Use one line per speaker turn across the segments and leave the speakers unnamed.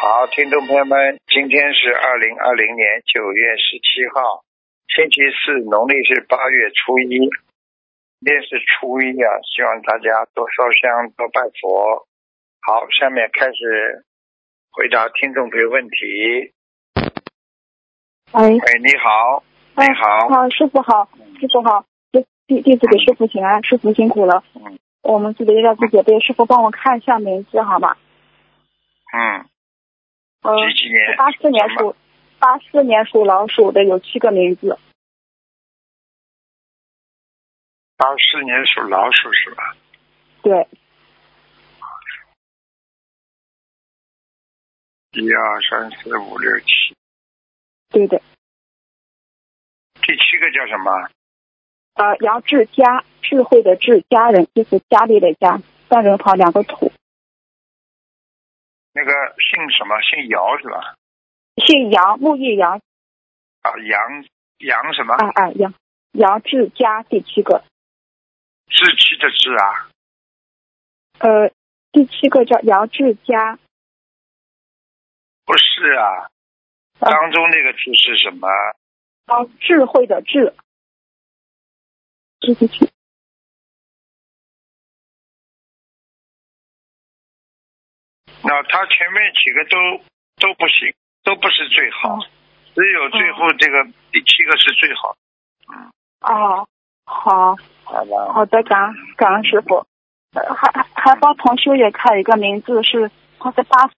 好，听众朋友们，今天是二零二零年九月十七号，星期四，农历是八月初一，今天是初一啊，希望大家多烧香，多拜佛。好，下面开始回答听众朋友问题。
哎，
哎，你好，你好，
嗯
嗯
好，师傅好，师傅好，弟弟弟子给师傅请安，师傅辛苦了。
嗯
我们自己要自己背，师傅帮我看一下名字好吗？
嗯，
呃，
几几年？
八四年
什么
属八四年属老鼠的有七个名字，
八四年属老鼠是吧？
对，
一二三四五六七，
对的。
第七个叫什么？
呃，杨志佳，智慧的智，家人就是家里的家，三人旁两个土，
那个姓什么？姓姚是吧？
姓杨，木易杨，
啊，杨杨什么？
哎哎杨，杨志佳第七个，
志气的志啊，
呃，第七个叫杨志佳，
不是啊。
啊
当中那个字是什么？
哦，智慧的智，对不起，
那他前面几个都都不行，都不是最好，只有最后这个第七个是最好。
哦，好
好吧。
好的，感恩感恩师傅，呃还还还帮同修也看一个名字是，他是八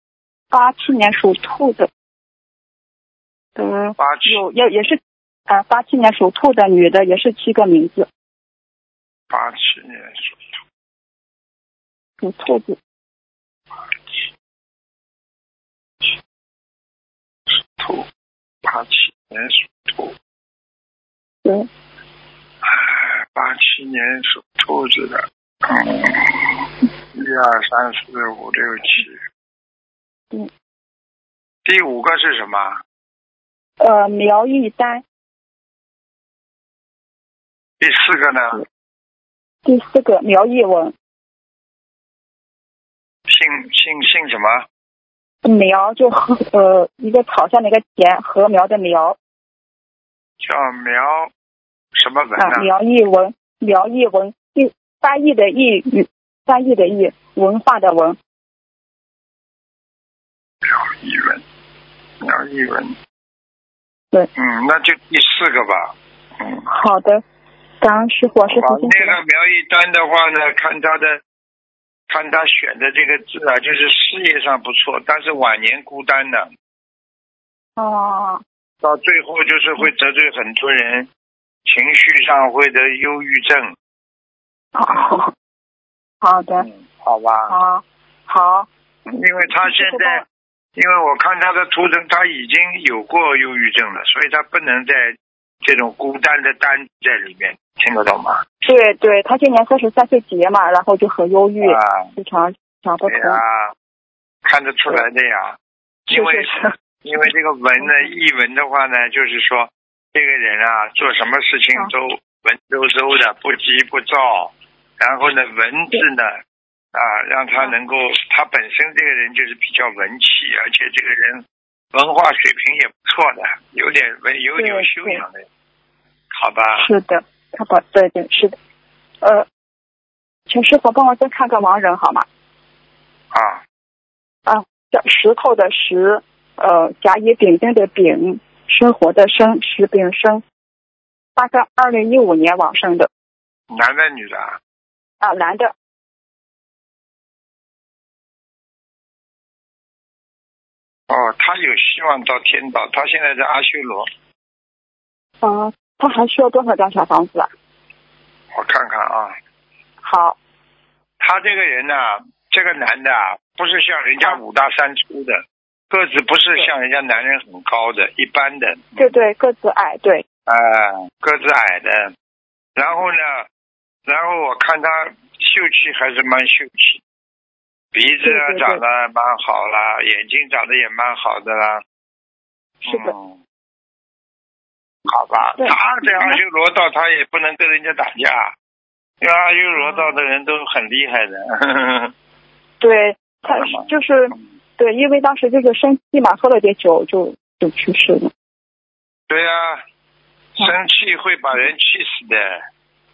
八七年属兔的，嗯，
八七
有也也是，呃，八七年属兔的女的也是七个名字，
八七年属兔
属兔子，
属兔，八七年属兔，
对，
唉八七年属兔子的，嗯，一二三四五六七。
嗯。
第五个是什么？
呃，苗一丹，
第四个呢？
第四个苗一文，
姓姓姓什么？
苗就和呃一个草下的一个田，禾苗的苗，
叫苗什么文
啊，
呢？
苗艺文，苗艺文，译翻译的译语，翻译的译，文化的文，
苗一文，苗一文。
对
嗯，那就第四个吧。嗯，
好的，感恩师傅，
好
师
吧
傅辛苦
那
了
个。苗一丹的话呢，看他的，看他选的这个字啊，就是事业上不错，但是晚年孤单的，
哦，
到最后就是会得罪很多人，情绪上会得忧郁症。
哦，好的，
嗯，好吧。
好，好，
因为他现
师傅
在
帮，
因为我看他的图腾，他已经有过忧郁症了，所以他不能在这种孤单的单在里面，听得懂吗？
对对，他今年三十三岁结嘛，然后就很忧郁，
啊，
非常想不
对
通，
呀、看得出来的呀。
是
因为啊
是是，
因为这个文呢，译文的话呢，就是说这个人啊，做什么事情
啊
都文绉绉的，不急不躁，然后呢，文字呢。啊，让他
啊
能够，他本身这个人就是比较文气，而且这个人文化水平也不错的，有点文有
对
有修养的，好吧？
是的，他把对对是的，呃，请师傅帮我再看个盲人好吗？
啊，
叫石头的石，呃，甲乙丙丁的丙，生活的生，石丙生。他是二零一五年往生的
男的女的啊？
啊，男的，
哦，他有希望到天道，他现在在阿修罗，
呃，他还需要多少张小房子啊？
我看看啊。
好，
他这个人呢、这个男的啊，不是像人家五大三粗的，个子不是像人家男人很高的，一般的，
对对，个子矮，对，
呃，个子矮的。然后呢，然后我看他秀气还是蛮秀气，鼻子啊
对对对
长得蛮好啦，眼睛长得也蛮好的啦。
是的
嗯好吧，
对嗯
他在阿修罗道，他也不能跟人家打架，因为阿修罗道的人都很厉害的。
对，他
是吗
就是对，因为当时就是生气嘛，喝了点酒就就去世了。
对呀、生气会把人气死的。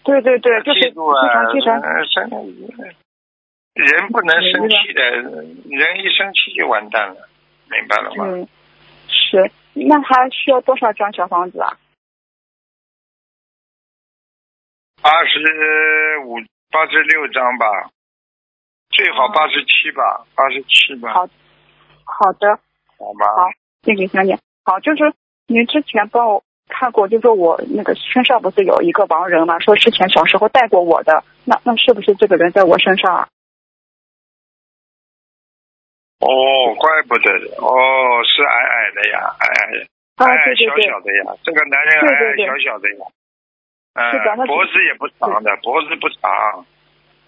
对对对，就是
记
非
住啊，
常非常
呃生人不能生气的，人一生气就完蛋了，明白了吗？
嗯，是。那他需要多少张小房子啊？
八十五、八十六张吧，最好
哦
八十七吧，八十七吧，
好好的，
好吗？
好谢谢香姐。好，就是您之前帮我看过，就是我那个身上不是有一个亡人嘛，说之前小时候带过我的，那那是不是这个人在我身上啊？
哦，怪不得的，哦，是矮矮的呀，矮矮的，
啊，
矮矮
对对
哎小
对，
小的呀，这个男人
对
矮
对
矮
对
小小的呀，
是的
嗯，
那
脖子也不长的，脖子不长，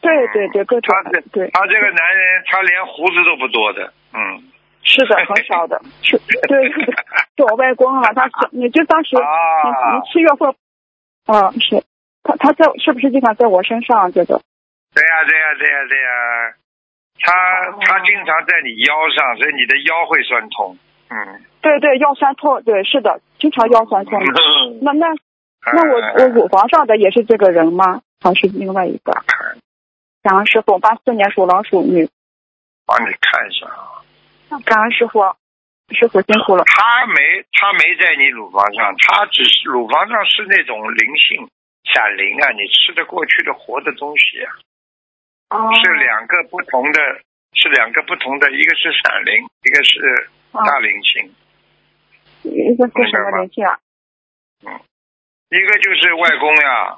对对对，各种
嗯他是
对，
他这个男人他连胡子都不多的，嗯。
是的，很少的，是，对 对对，是我外公嘛，他是，你就当时你
啊
你，七月份，嗯，是，他他在是不是经常在我身上啊这个？
对呀、对呀、对呀、对呀、
哦
他他经常在你腰上，所以你的腰会酸痛。嗯，
对对，腰酸痛，对，是的，经常腰酸痛。那那那
嗯哎
我我乳房上的也是这个人吗？还是另外一个？感恩师傅，八四年属老鼠女，
帮你看一下啊，
感恩师傅，师傅辛苦了。
他没他没在你乳房上，他只是乳房上是那种灵性闪灵啊，你吃得过去的活的东西啊，
哦
是两个不同的，是两个不同的，一个是闪灵，一个是大灵性。
一个是什么灵
哦
性啊？
一个就是外公呀，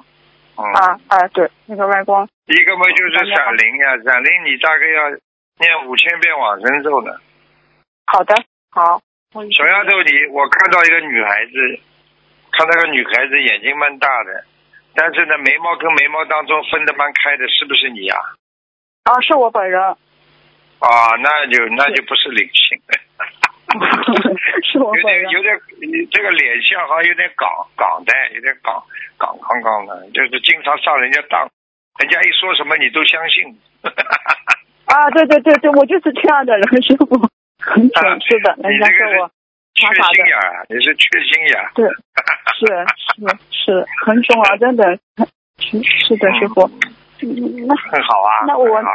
嗯、
啊啊，对，那个外公。
一个嘛就是闪灵呀、闪灵你大概要念五千遍往生咒呢。
好的，好。
小丫头你，我看到一个女孩子，看到个女孩子眼睛蛮大的，但是呢眉毛跟眉毛当中分的蛮开的，是不是你呀、
啊，是 我本人，
啊？那就那就不是灵性，
是我
有
啊本
点
人。
有点，你这个脸相好像有点港港的，有点港港杠杠的，就是经常上人家当，人家一说什么你都相信。
啊，对对对对，我就是这样的人，师傅，很准，
啊
是的，人
你
家
这个
说我
人缺
傻傻的
心眼儿，你是缺心眼儿。
对是是是很准啊，真的，是是的，师
哦
傅，嗯那
很好啊。
那我
很好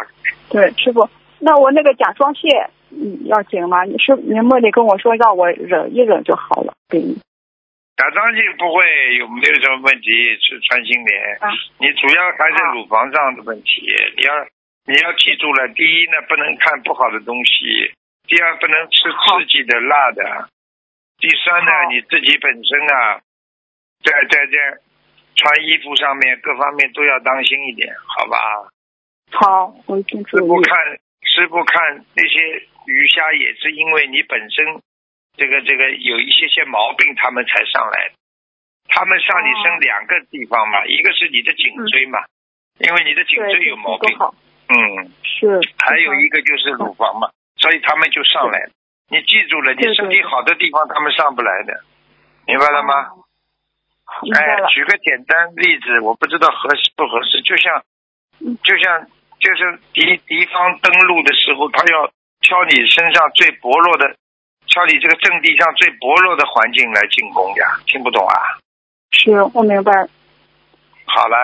对师傅，那我那个甲状腺嗯要紧吗？你是您梦里跟我说让我忍一忍就好了，对，
甲状腺不会有没有什么问题，是穿心莲。
啊
你主要还是
啊
乳房上的问题，你要你要记住了，第一呢不能看不好的东西，第二不能吃
好
刺激的辣的，第三呢
好
你自己本身啊，在在在穿衣服上面各方面都要当心一点，好吧？
好，我一定注
师傅
意。
看，师傅看那些鱼虾也是因为你本身这个这个有一些些毛病，他们才上来的。他们上你身
哦
两个地方嘛，一个是你的颈椎嘛，因为你的颈
对，
椎有毛病
都，好，
嗯，
是。
还有一个就是乳房嘛，所以他们就上来了。你记住了，你
对对
身体
对
好的地方他们上不来的，明白
知
了吗？？
明白
哎
了，，
举个简单例子，我不知道合适不合适，就像
嗯，
就像，就是敌敌方登陆的时候，他要挑你身上最薄弱的，挑你这个阵地上最薄弱的环境来进攻呀，听不懂啊？
是我明白了，
好了，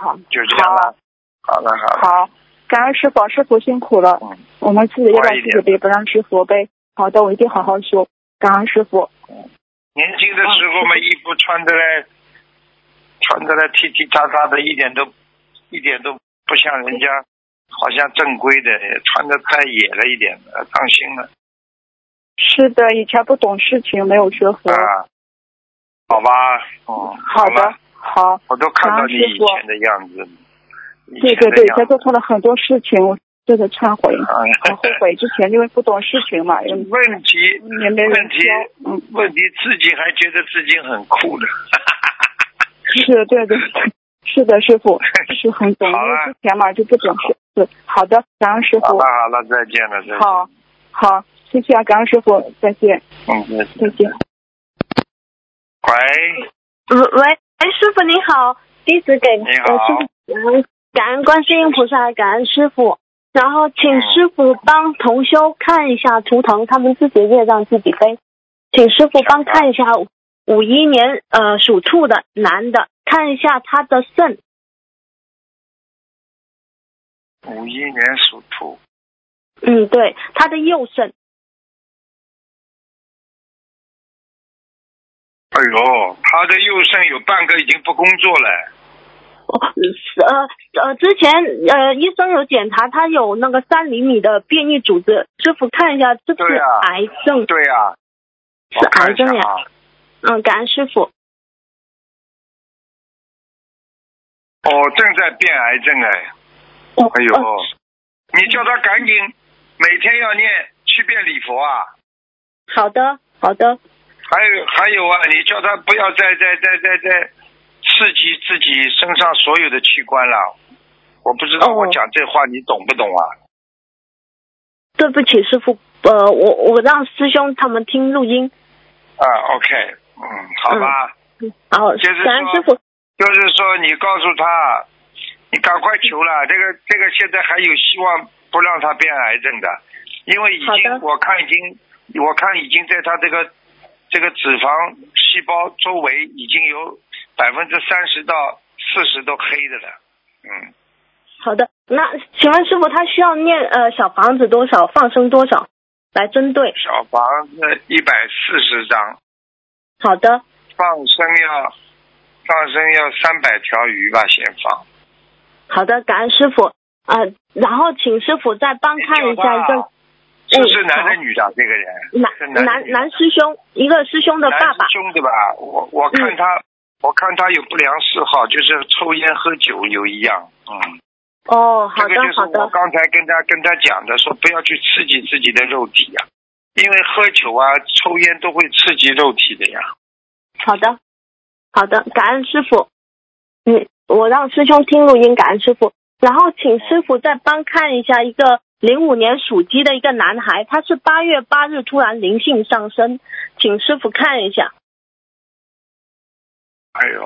好，
就这样了，好了，好了，
好，感恩师傅，师傅辛苦了。
嗯，
我们自己要让自己背，不让师傅背。好的，我一定好好修。感恩师傅。
年轻的时候嘛，
好
衣服穿的嘞，穿的嘞踢踢踏踏的，一点都一点都不像人家，好像正规的，穿的太野了一点，呃当心了。
是的，以前不懂事情，没有学佛。
啊，好吧，嗯，
好的
吧，，
好。
我都看到你
感恩
以
师傅
前的样子，以
对对
前
对，
的
以
样
前
子
做，错了很多事情，我真的忏 悔，
哎
很后悔。之前因为不懂事情嘛，也嗯
问题
也没人
问题
教。嗯，
问题自己还觉得自己很酷的，
是，对对，对是的，师 傅是很懂，因
好了
为之前嘛就不懂事。是好的，感恩师
好
傅
了。好了，再见了，再见，
好，好，谢谢啊，感恩师傅，再见，
嗯，再见
再见。
喂，
喂喂，哎，师傅您好，弟子给
你好
呃师傅感恩感恩观世音菩萨，感恩师傅。然后请师傅帮同修看一下图腾，他们自己业障自己背。请师傅帮看一下五一年呃属兔的男的，看一下他的肾。
五一年属兔，
嗯，对，他的右肾。
哎呦，他的右肾有半个已经不工作了。
哦，呃呃，之前呃医生有检查，他有那个三厘米的变异组织，师傅看一下是不是
对啊呀
癌症？
对呀、我
是
看
癌
一下
症呀、
啊，
嗯，感恩师傅。
哦，正在变癌症哎。
哦
哎呦，
呃
你叫他赶紧每天要念七遍礼佛啊！
好的，好的，
还有还有啊，你叫他不要再再再再再刺激自己身上所有的器官了。我不知道
哦
我讲这话你懂不懂啊？
对不起，师傅，呃，我我让师兄他们听录音。
啊，OK，嗯，好吧，
嗯，好，
就是
感恩
说
师傅。
就是说你告诉他，你赶快求了，这个这个现在还有希望不让他变癌症的，因为已
好
经
的
我看已经我看已经在他这个这个脂肪细胞周围已经有百分之三十到四十都黑的了，嗯。
好的，那请问师傅他需要念呃小房子多少，放生多少来针对？
小房子一百四十张，
好的，
放生要放生要三百条鱼吧，先放。
好的，感恩师傅。呃，然后请师傅再帮看
哎
一下一个嗯
这是男的
好
女的？这个人啊是男的
男男
女的
男师兄，一个师兄的爸爸嗯
男。兄弟吧？我我看他、我看他有不良嗜好，就是抽烟喝酒有一样。嗯，
哦，好
这
的
个就是
好
我
的，
刚才跟他跟他讲的，说不要去刺激自己的肉体呀、因为喝酒啊、抽烟都会刺激肉体的呀。
好的好的，感恩师傅。嗯，我让师兄听录音，感恩师傅。然后请师傅再帮看一下一个零五年属鸡的一个男孩，他是八月八日突然灵性上升，请师傅看一下。
哎呦，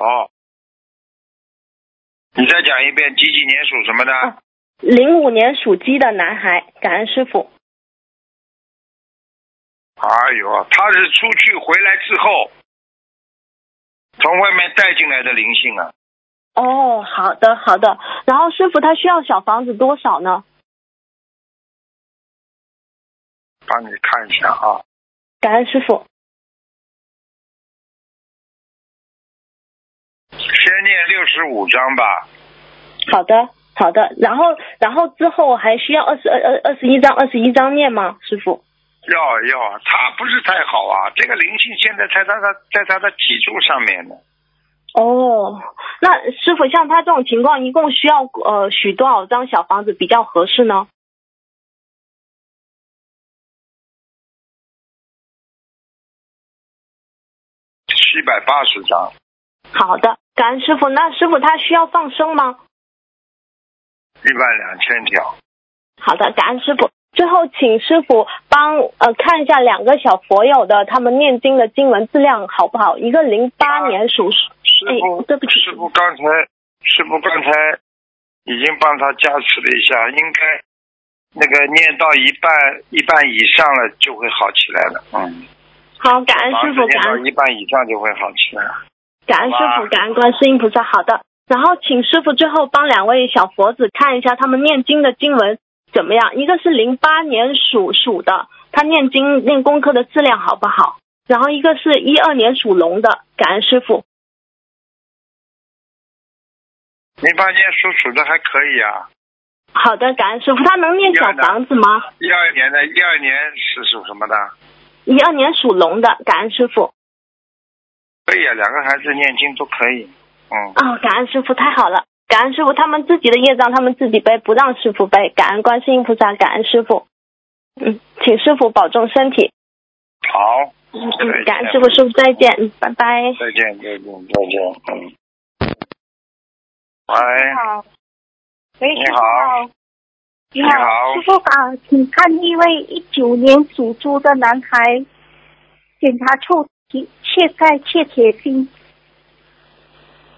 你再讲一遍，几几年属什么的？
啊零五年属鸡的男孩，感恩师傅。
哎呦，他是出去回来之后，从外面带进来的灵性啊，
哦，好的好的。然后师傅他需要小房子多少呢？
帮你看一下啊。
感恩师傅。
先念六十五章吧，
好的好的。然后然后之后还需要二十二二二十一张二十一张念吗？师傅。
要要，他不是太好啊，这个灵性现在在他的在他的脊柱上面呢，
哦，那师傅像他这种情况，一共需要呃许多少张小房子比较合适呢？
七百八十章，
好的，感恩师傅。那师傅他需要放生吗？
一万两千条。
好的，感恩师傅。最后，请师傅帮呃看一下两个小佛友的他们念经的经文质量好不好？一个零八年属
师傅
哎，对不起
师傅刚才，师傅刚才已经帮他加持了一下，应该那个念到一半一半以上了就会好起来了。嗯，
好，感恩哎师
房子
傅，
念
感
到
恩
一半以上就会好起来了。
感恩师
好吧
傅，感恩观世音菩萨。好的，然后请师傅最后帮两位小佛子看一下他们念经的经文怎么样？一个是零八年属鼠的，他念经念功课的质量好不好？然后一个是一二年属龙的，感恩师傅。
零八年属鼠的还可以啊，
好的，感恩师傅。他能念小
要的
房子吗？
一二年的，一二年是属什么的？
一二年属龙的，感恩师傅。
可以啊，两个孩子念经都可以。嗯，
哦，感恩师傅，太好了！感恩师傅，他们自己的业障他们自己背，不让师傅背。感恩观世音菩萨，感恩师傅。嗯，请师傅保重身体。
好，
嗯
再见
嗯，感恩师傅，师傅再见，嗯拜拜。
再见，再见，再见。嗯，哎喂。
好，喂，
你
师傅
好，
你
你好
好，师傅啊，请看一位一九年属猪的男孩，检查出体切钙切铁钉。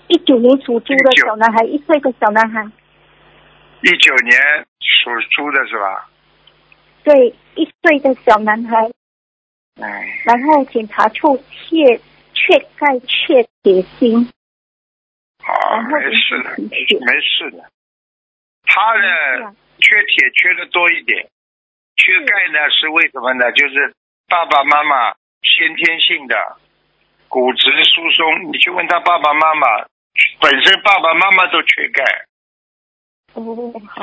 一九年属猪的
19
小男孩，一岁的小男孩，
一九年属猪的是吧？
对，一岁的小男孩，
哎，
然后检查出缺缺钙、缺铁锌，
好，
然后
没事的，
就是情绪
没事的。他
是
呢
啊，
缺铁缺的多一点，缺钙呢是为什么呢？就是爸爸妈妈先天性的骨质疏松，你去问他爸爸妈妈，本身爸爸妈妈都缺钙，
哦，好，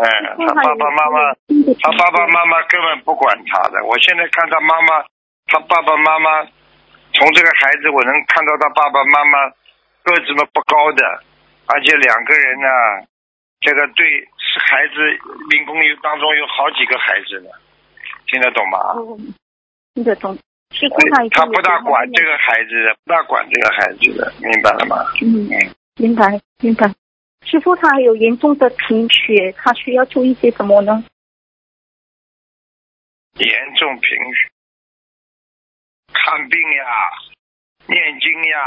哎、他爸爸妈妈。
哦
他爸爸妈妈根本不管他的。我现在看他妈妈，他爸爸妈妈，从这个孩子我能看到他爸爸妈妈个子嘛不高的，而且两个人呢、这个对孩子民工有当中有好几个孩子呢，听得懂吗？哎
哦，听得懂，是看到一个
他不大管这
个，
个孩子的，不大管这个孩子的，明白了吗？
嗯，明白明白。师傅，他还有严重的贫血，他需要注意些什么呢？
严重贫血，看病呀，念经呀，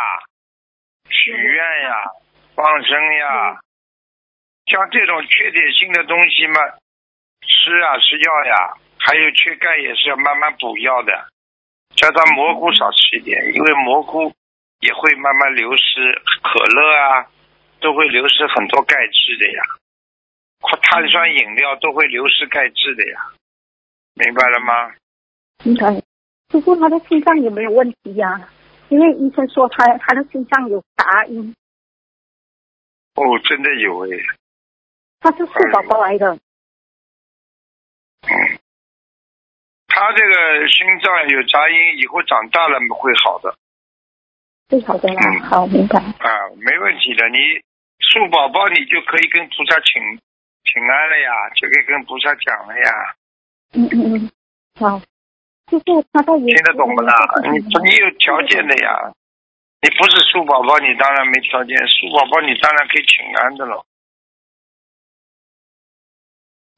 许愿呀，放生呀，像这种缺铁性的东西嘛，吃啊吃药呀，还有缺钙也是要慢慢补药的，叫他蘑菇少吃一点，因为蘑菇也会慢慢流失，可乐啊都会流失很多钙质的呀，碳酸饮料都会流失钙质的呀，明白了吗？
明白。师傅，他的心脏有没有问题呀、因为医生说他他的心脏有杂音，
哦，真的有哎，
他是四宝宝来的。
嗯，他这个心脏有杂音，以后长大了会好的
最好的啦
嗯，
好明白，
啊，没问题的。你树宝宝，你就可以跟菩萨请请安了呀，就可以跟菩萨讲了呀，
嗯嗯嗯，好，就是他在
听
听
得懂不啦？
嗯
你你有条件的呀，你不是树宝宝，你当然没条件；树宝宝，你当然可以请安的了。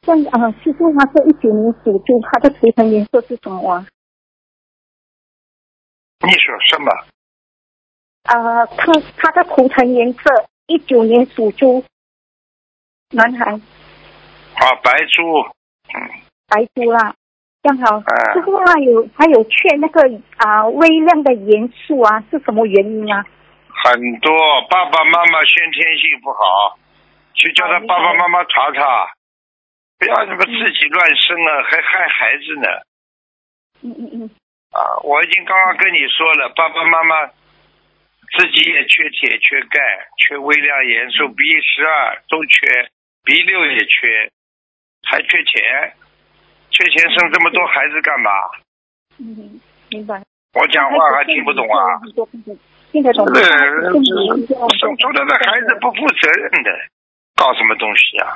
像啊，师傅他是一九年属猪，他的图腾颜色是什么啊？
你说什么？
啊，他他的图腾颜色一九年属猪，男孩
啊，白猪，嗯，
白猪啦，这样好。
哎
师傅他有他有缺那个啊微量的元素啊，是什么原因啊？
很多爸爸妈妈先天性不好，去叫他爸爸妈妈查查，不要什么自己乱生啊，还害孩子呢
嗯嗯嗯，
啊！我已经刚刚跟你说了，爸爸妈妈自己也缺铁、缺钙、缺微量元素，B 十二都缺，B 六也缺，还缺钱，缺钱生这么多孩子干嘛？
嗯，明白。
我讲话还听不懂啊！
听得懂
这
吗？
个
听得懂吗
生出来的孩子不负责任的，搞什么东西啊？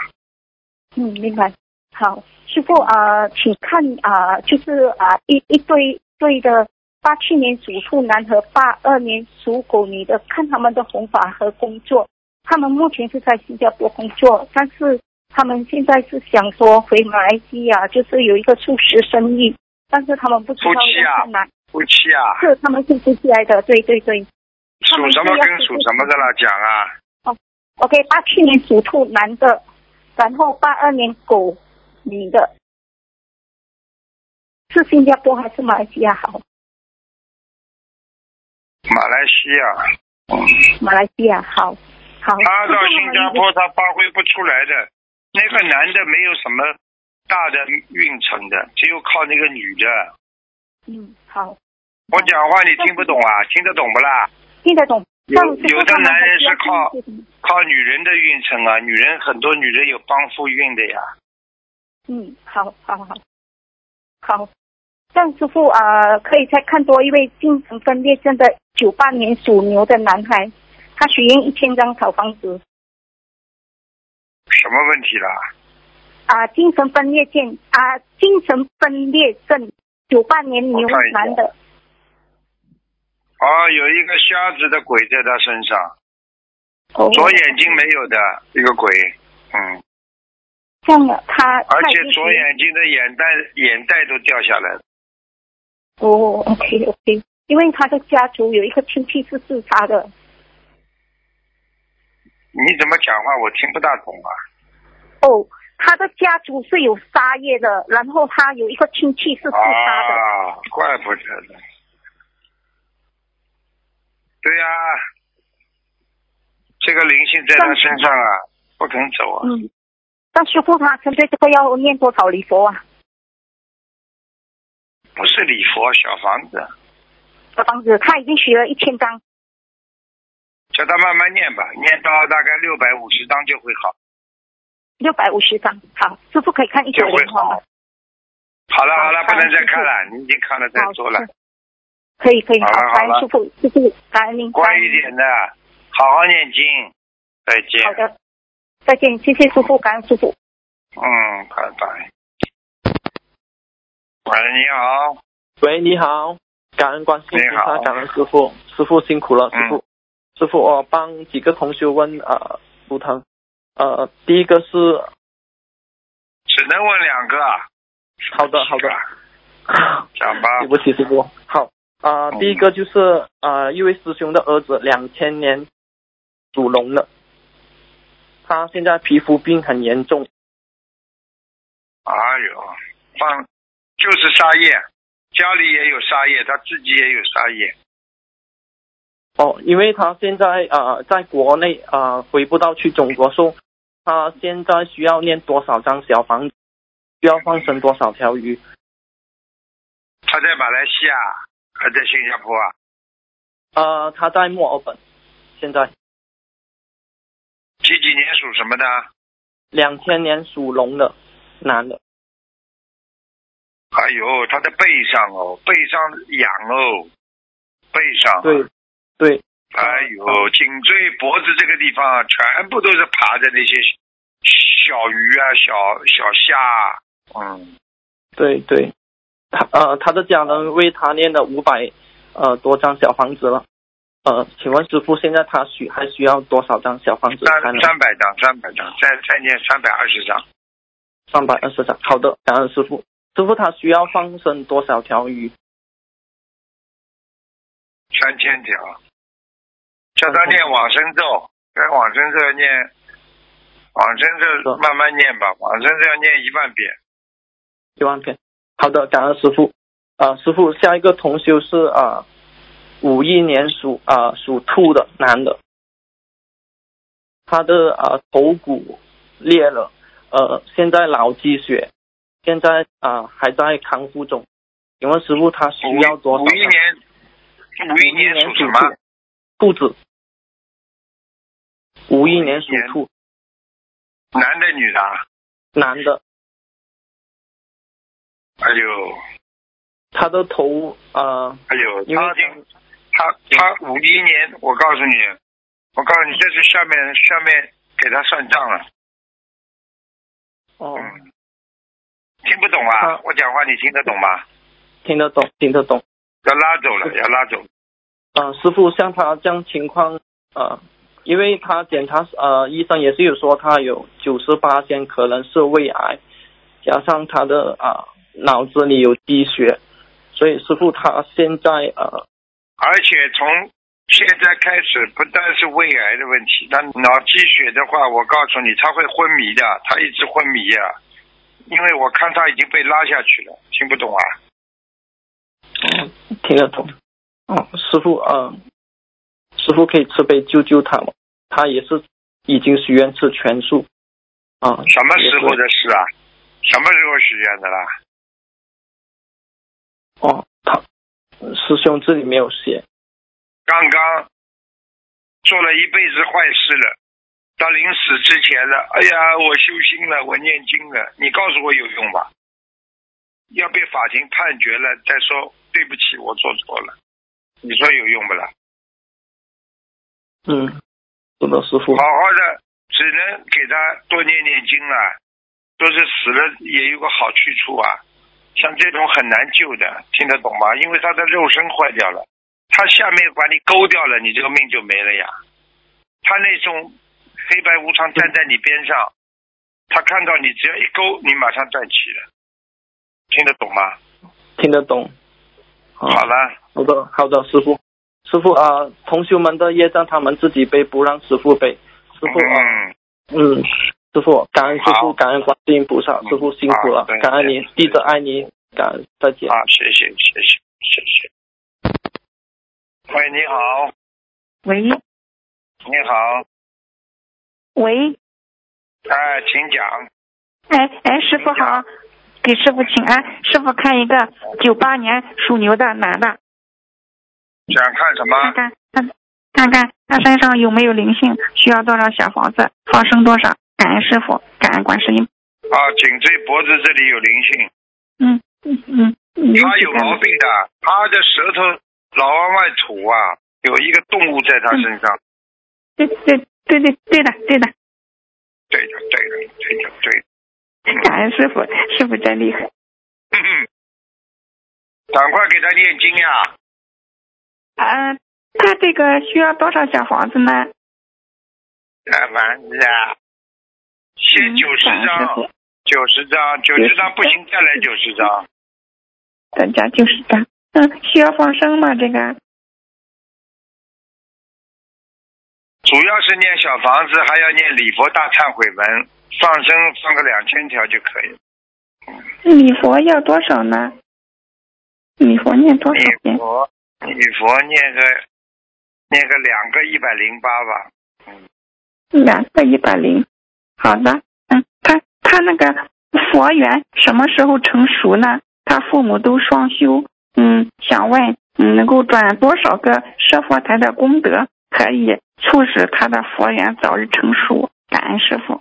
嗯，明白。好，师傅啊、呃请看啊、呃就是啊、呃一一对对的八七年属兔男和八二年属狗女的，看他们的红法和工作。他们目前是在新加坡工作，但是他们现在是想说回马来西亚，就是有一个素食生意，但是他们不知道
夫妻啊
要在哪。
夫妻啊，
是他们是夫妻来的，对对对。
属什么跟属什么的啦，讲啊，
OK，八七年属兔男的，然后八二年狗女的，是新加坡还是马来西亚好？
马来西亚，
马来西亚好，好。
啊他到新加坡他发挥不出来的，那个男的没有什么大的运程的，只有靠那个女的。
嗯，好，
我讲话你听不懂啊，听得懂不啦？
听得懂。
有
上次
有的
他们
男
还
人
要
是靠
注意些什么
靠女人的运程啊，女人很多女人有帮夫运的呀。
嗯，好好好，好。这样师傅啊、呃可以再看多一位精神分裂症的九八年属牛的男孩，他许愿一千张小房子
什么问题啦？
啊、精神分裂症啊、精神分裂症，九八年牛
我看一下
男的，
哦，有一个瞎子的鬼在他身上，
哦，
左眼睛没有的一个鬼，嗯，
这样的他，
而
他已
且
经
左
学
眼睛的眼袋眼袋都掉下来了。
哦，OK OK，因为他的家族有一个亲戚是自杀的，
你怎么讲话？我听不大懂啊。
后，哦他的家族是有杀业的，然后他有一个亲戚是自杀的。
啊，怪不得呢。对呀、这个灵性在他
但是
身上啊，不肯走啊。
嗯，那师傅他针对这个要念多少礼佛啊？
不是礼佛小房子，
小房子他已经学了一千张，
叫他慢慢念吧，念到大概六百五十章就会好，
六百五十张。好，师傅可以看一九
就会
零号吗
好？。好了
好
好了，
感
不
恩
能再
师
看
父
了，你已经看了太
好
多了
是，可以可以，
好了
感
好了
恩师傅，谢谢，感恩您，
乖
感恩
一
您
点的，好好念经，再见。
好的，再见，谢谢师傅，感恩师傅。
嗯，拜拜。喂，你好，
喂，你好，感恩关心菩
你好
萨，感恩师傅，师傅辛苦了，师
嗯
傅，师傅，我帮几个同学问啊，呃图腾，呃，第一个是
只能问两个。
好的好的，
讲吧。
对不起，师傅，好啊、呃
嗯
第一个就是呃一位师兄的儿子，两千年属龙的，他现在皮肤病很严重，
哎呦，放就是沙叶，家里也有沙叶，他自己也有沙叶。
哦，因为他现在啊、呃在国内啊、呃回不到去中国，说他现在需要念多少张小房子，需要放生多少条鱼？
他在马来西亚，还在新加坡啊。
呃，他在墨尔本，现在
几几年属什么的？
两千年属龙的男的，
哎呦，他的背上哦，背上痒哦，背上。啊
对，对，
哎呦，颈椎、脖子这个地方啊全部都是爬着那些小鱼啊、小小虾啊。嗯，
对对，他呃，他的家人为他念了五百呃多张小房子了，呃，请问师傅，现在他需还需要多少张小房子才
三
能
三百张，三百张，再再念三百二十张。
三百二十张？好的，感恩师傅。师傅，他需要放生多少条鱼？
三千条，叫
嗯
他念往生咒，该往生咒要念，往生咒
是
慢慢念吧，往生咒要念一万遍。
一万片。好的，感恩师傅。呃，师傅，下一个同修是呃五一年属呃属兔的男的，他的呃头骨裂了，呃，现在脑积血，现在啊、呃还在康复中。请问师傅，他需要多少？
五一年，五一年属什么？
兔？兔子。五一年属兔，
男的女的啊？
男的，
哎呦，
他的头呃，
哎呦，
因为
他已经他他五一年，我告诉你，我告诉你，这是下面下面给他算账了。
哦，
嗯，听不懂啊
他？
我讲话你听得懂吗？
听得懂，听得懂。
要拉走了，要拉走。
呃，师傅，像他这样情况，呃，因为他检查，呃，医生也是有说他有九十八线可能是胃癌，加上他的啊、脑子里有积血，所以师傅他现在呃，
而且从现在开始，不单是胃癌的问题，但脑积血的话，我告诉你，他会昏迷的，他一直昏迷呀、因为我看他已经被拉下去了，听不懂啊？
听得懂，哦，师傅呃，师傅可以慈悲救救他吗？他也是已经许愿吃全素，啊、
什么时候
也是
的事啊？什么时候许愿的啦？
哦，他师兄这里没有写，
刚刚做了一辈子坏事了，到临死之前了，哎呀，我修心了，我念经了，你告诉我有用吧？要被法庭判决了，再说对不起，我做错了，你说有用不啦？
嗯，是的，师傅
好，好的，只能给他多念念经了、都是死了也有个好去处啊。像这种很难救的，听得懂吗？因为他的肉身坏掉了，他下面把你勾掉了，你这个命就没了呀。他那种黑白无常站在你边上，他看到你只要一勾，你马上站起了，听得懂吗？
听得懂。好
好了，
好的，好的，师傅，师傅啊、呃同学们的业障他们自己背，不让师傅背。师傅啊、
嗯，
嗯，师傅，感恩师傅，感恩观世音菩萨，师傅辛苦了，感恩您，弟子爱您，感恩，再见。
啊，谢谢，谢谢，谢谢。喂，你好。
喂。
你好。
喂。
哎，请讲。
哎哎，师傅好，给师傅请安。师傅看一个九八年属牛的男的。
想看什么？啊
看看看看看他身上有没有灵性，需要多少小房子，放生多少？感恩师傅，感恩观世音。
啊，颈椎脖子这里有灵性。
嗯嗯嗯。
他有毛病的，他的舌头老往外吐啊，有一个动物在他身上。
对对对对对的对的。
对的对的对的对的。
感恩师傅，师傅真厉害。
嗯赶快给他念经呀！
啊、呃，他这个需要多少小房子呢？
小房子啊，先九十张，九十张，九十张不行，再来九十张。
再加九十张，嗯，需要放生吗？这个？
主要是念小房子，还要念礼佛大忏悔文，放生放个两千条就可以。
礼佛要多少呢？礼佛念多少遍？
礼佛礼佛念个念个两个一百零八吧，嗯，
两个一百零，好的，嗯，他他那个佛缘什么时候成熟呢？他父母都双修，嗯，想问，嗯，能够转多少个设佛台的功德，可以促使他的佛缘早日成熟？感恩师傅。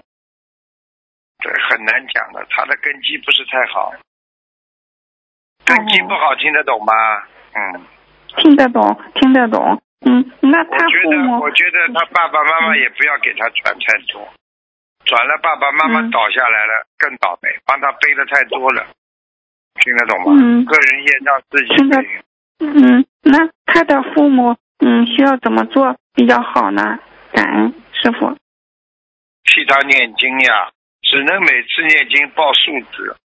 这很难讲的，他的根基不是太好，根基不好，听得懂吗？嗯。
听得懂，听得懂，嗯，那他嗯
父母，我觉得，我觉得他爸爸妈妈也不要给他转太多，嗯、转了爸爸妈妈倒下来了、嗯、更倒霉，帮他背的太多了，听得懂吗？
嗯，
个人业障自己
听得，嗯，那他的父母，嗯，需要怎么做比较好呢？感恩师傅，
替他念经呀，只能每次念经报数字，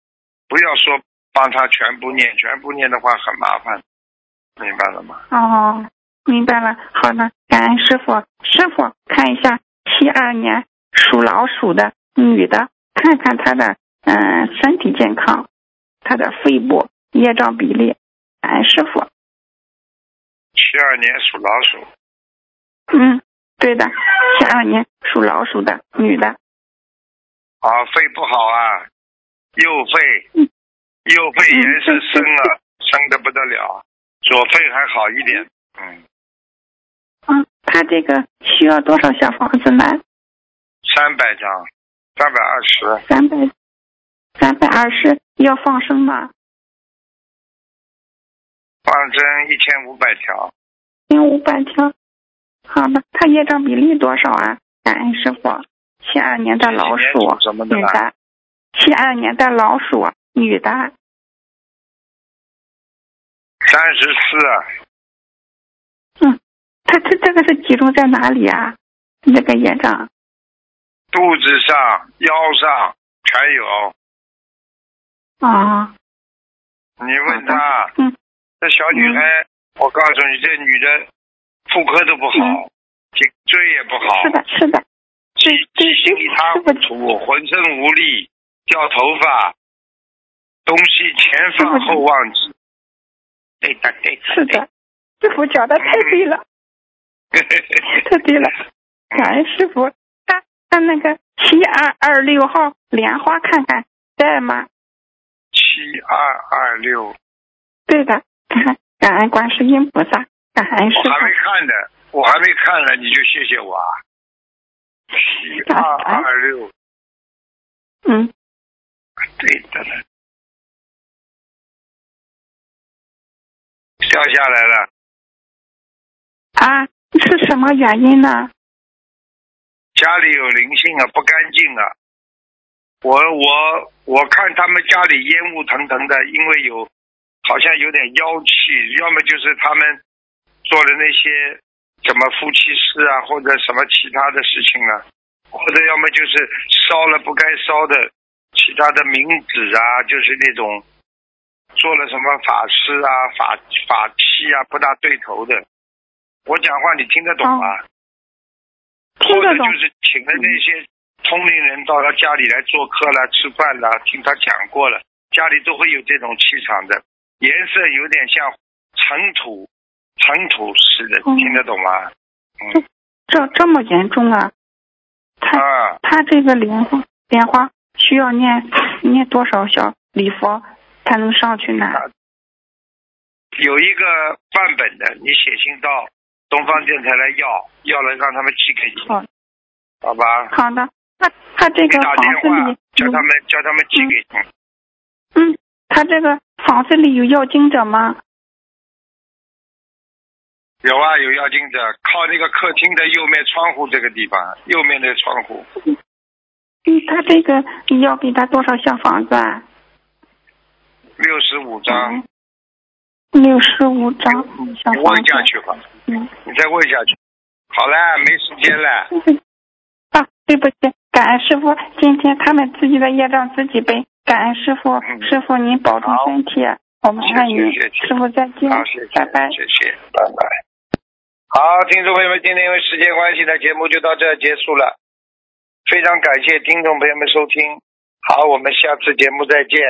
不要说帮他全部念，全部念的话很麻烦。明白了吗？哦，
明白了。好的，感恩师傅。师傅，看一下七二年属老鼠的女的，看看她的嗯、呃、身体健康，她的肺部业障比例。感恩师傅。
七二年属老鼠。
嗯，对的，七二年属老鼠的女的。
啊，肺不好啊，右肺，嗯、右肺炎是生 了，生、嗯、的不得了。左肺还好一点，嗯。
嗯，他这个需要多少小房子呢？
三百张，三百二十。
三百，三百二十要放生吗？
放生一千五百条。
一千五百条，好的。他业障比例多少啊？感恩师傅。七二年的老鼠女的，七二年的老鼠女的。
三十四。
嗯，他他这个是集中在哪里啊？那个业障。
肚子上、腰上全
有。啊。
你问他，
嗯，
这小女孩，
嗯、
我告诉你，这女的妇科都不好，嗯、颈椎也不好。
是的，是的。
记记性一塌糊涂，浑身无力，掉头发，东西前放后忘记。对的，对的，
是的，师傅讲的太对了，太对了，感恩师傅。他他那个七二二六号莲花看看在吗？
七二二六。
对的，感感恩观世音菩萨，感恩师
傅。我还没看呢，我还没看呢，你就谢谢我。啊。七二
哎
二六。
嗯。
对的了。掉下来了
啊！是什么原因呢？
家里有灵性啊，不干净啊！我我我看他们家里烟雾腾腾的，因为有好像有点妖气，要么就是他们做了那些什么夫妻事啊，或者什么其他的事情啊，或者要么就是烧了不该烧的其他的冥纸啊，就是那种。做了什么法师啊、法法器啊，不大对头的。我讲话你听得懂吗？
哦、听得懂。
就是请的那些通灵人到他家里来做客了、吃饭了，听他讲过了，家里都会有这种气场的，颜色有点像尘土、尘土似的，
哦
听得懂吗？
这这这么严重啊？他、
啊，
他这个莲花莲花需要念念多少小礼佛才能上去呢？
啊有一个范本的，你写信到东方电台来要，要了让他们寄给你，
好
好吧？
好的，哦那他这
你
个
打
房
电
子
话
里嗯
叫
有
他们叫他们寄给你。
嗯，他这个房子里有要经者吗？
有啊，有妖精者，靠那个客厅的右面窗户这个地方，右面的窗户，
嗯，他这个你要给他多少小房子啊？
六十五
嗯
张，
六十五张小
你
房
问下
子。
去吧，
嗯，
你再问下去。好了，没时间了，
啊，对不起，感恩师傅，今天他们自己的业障自己背。感恩师傅，
嗯
师傅您保重
好
身体，我们爱你，
谢谢谢谢
师傅再见
好，谢谢，，
拜拜。
谢谢，拜拜。好，听众朋友们，今天因为时间关系呢，节目就到这儿结束了。非常感谢听众朋友们收听，好，我们下次节目再见。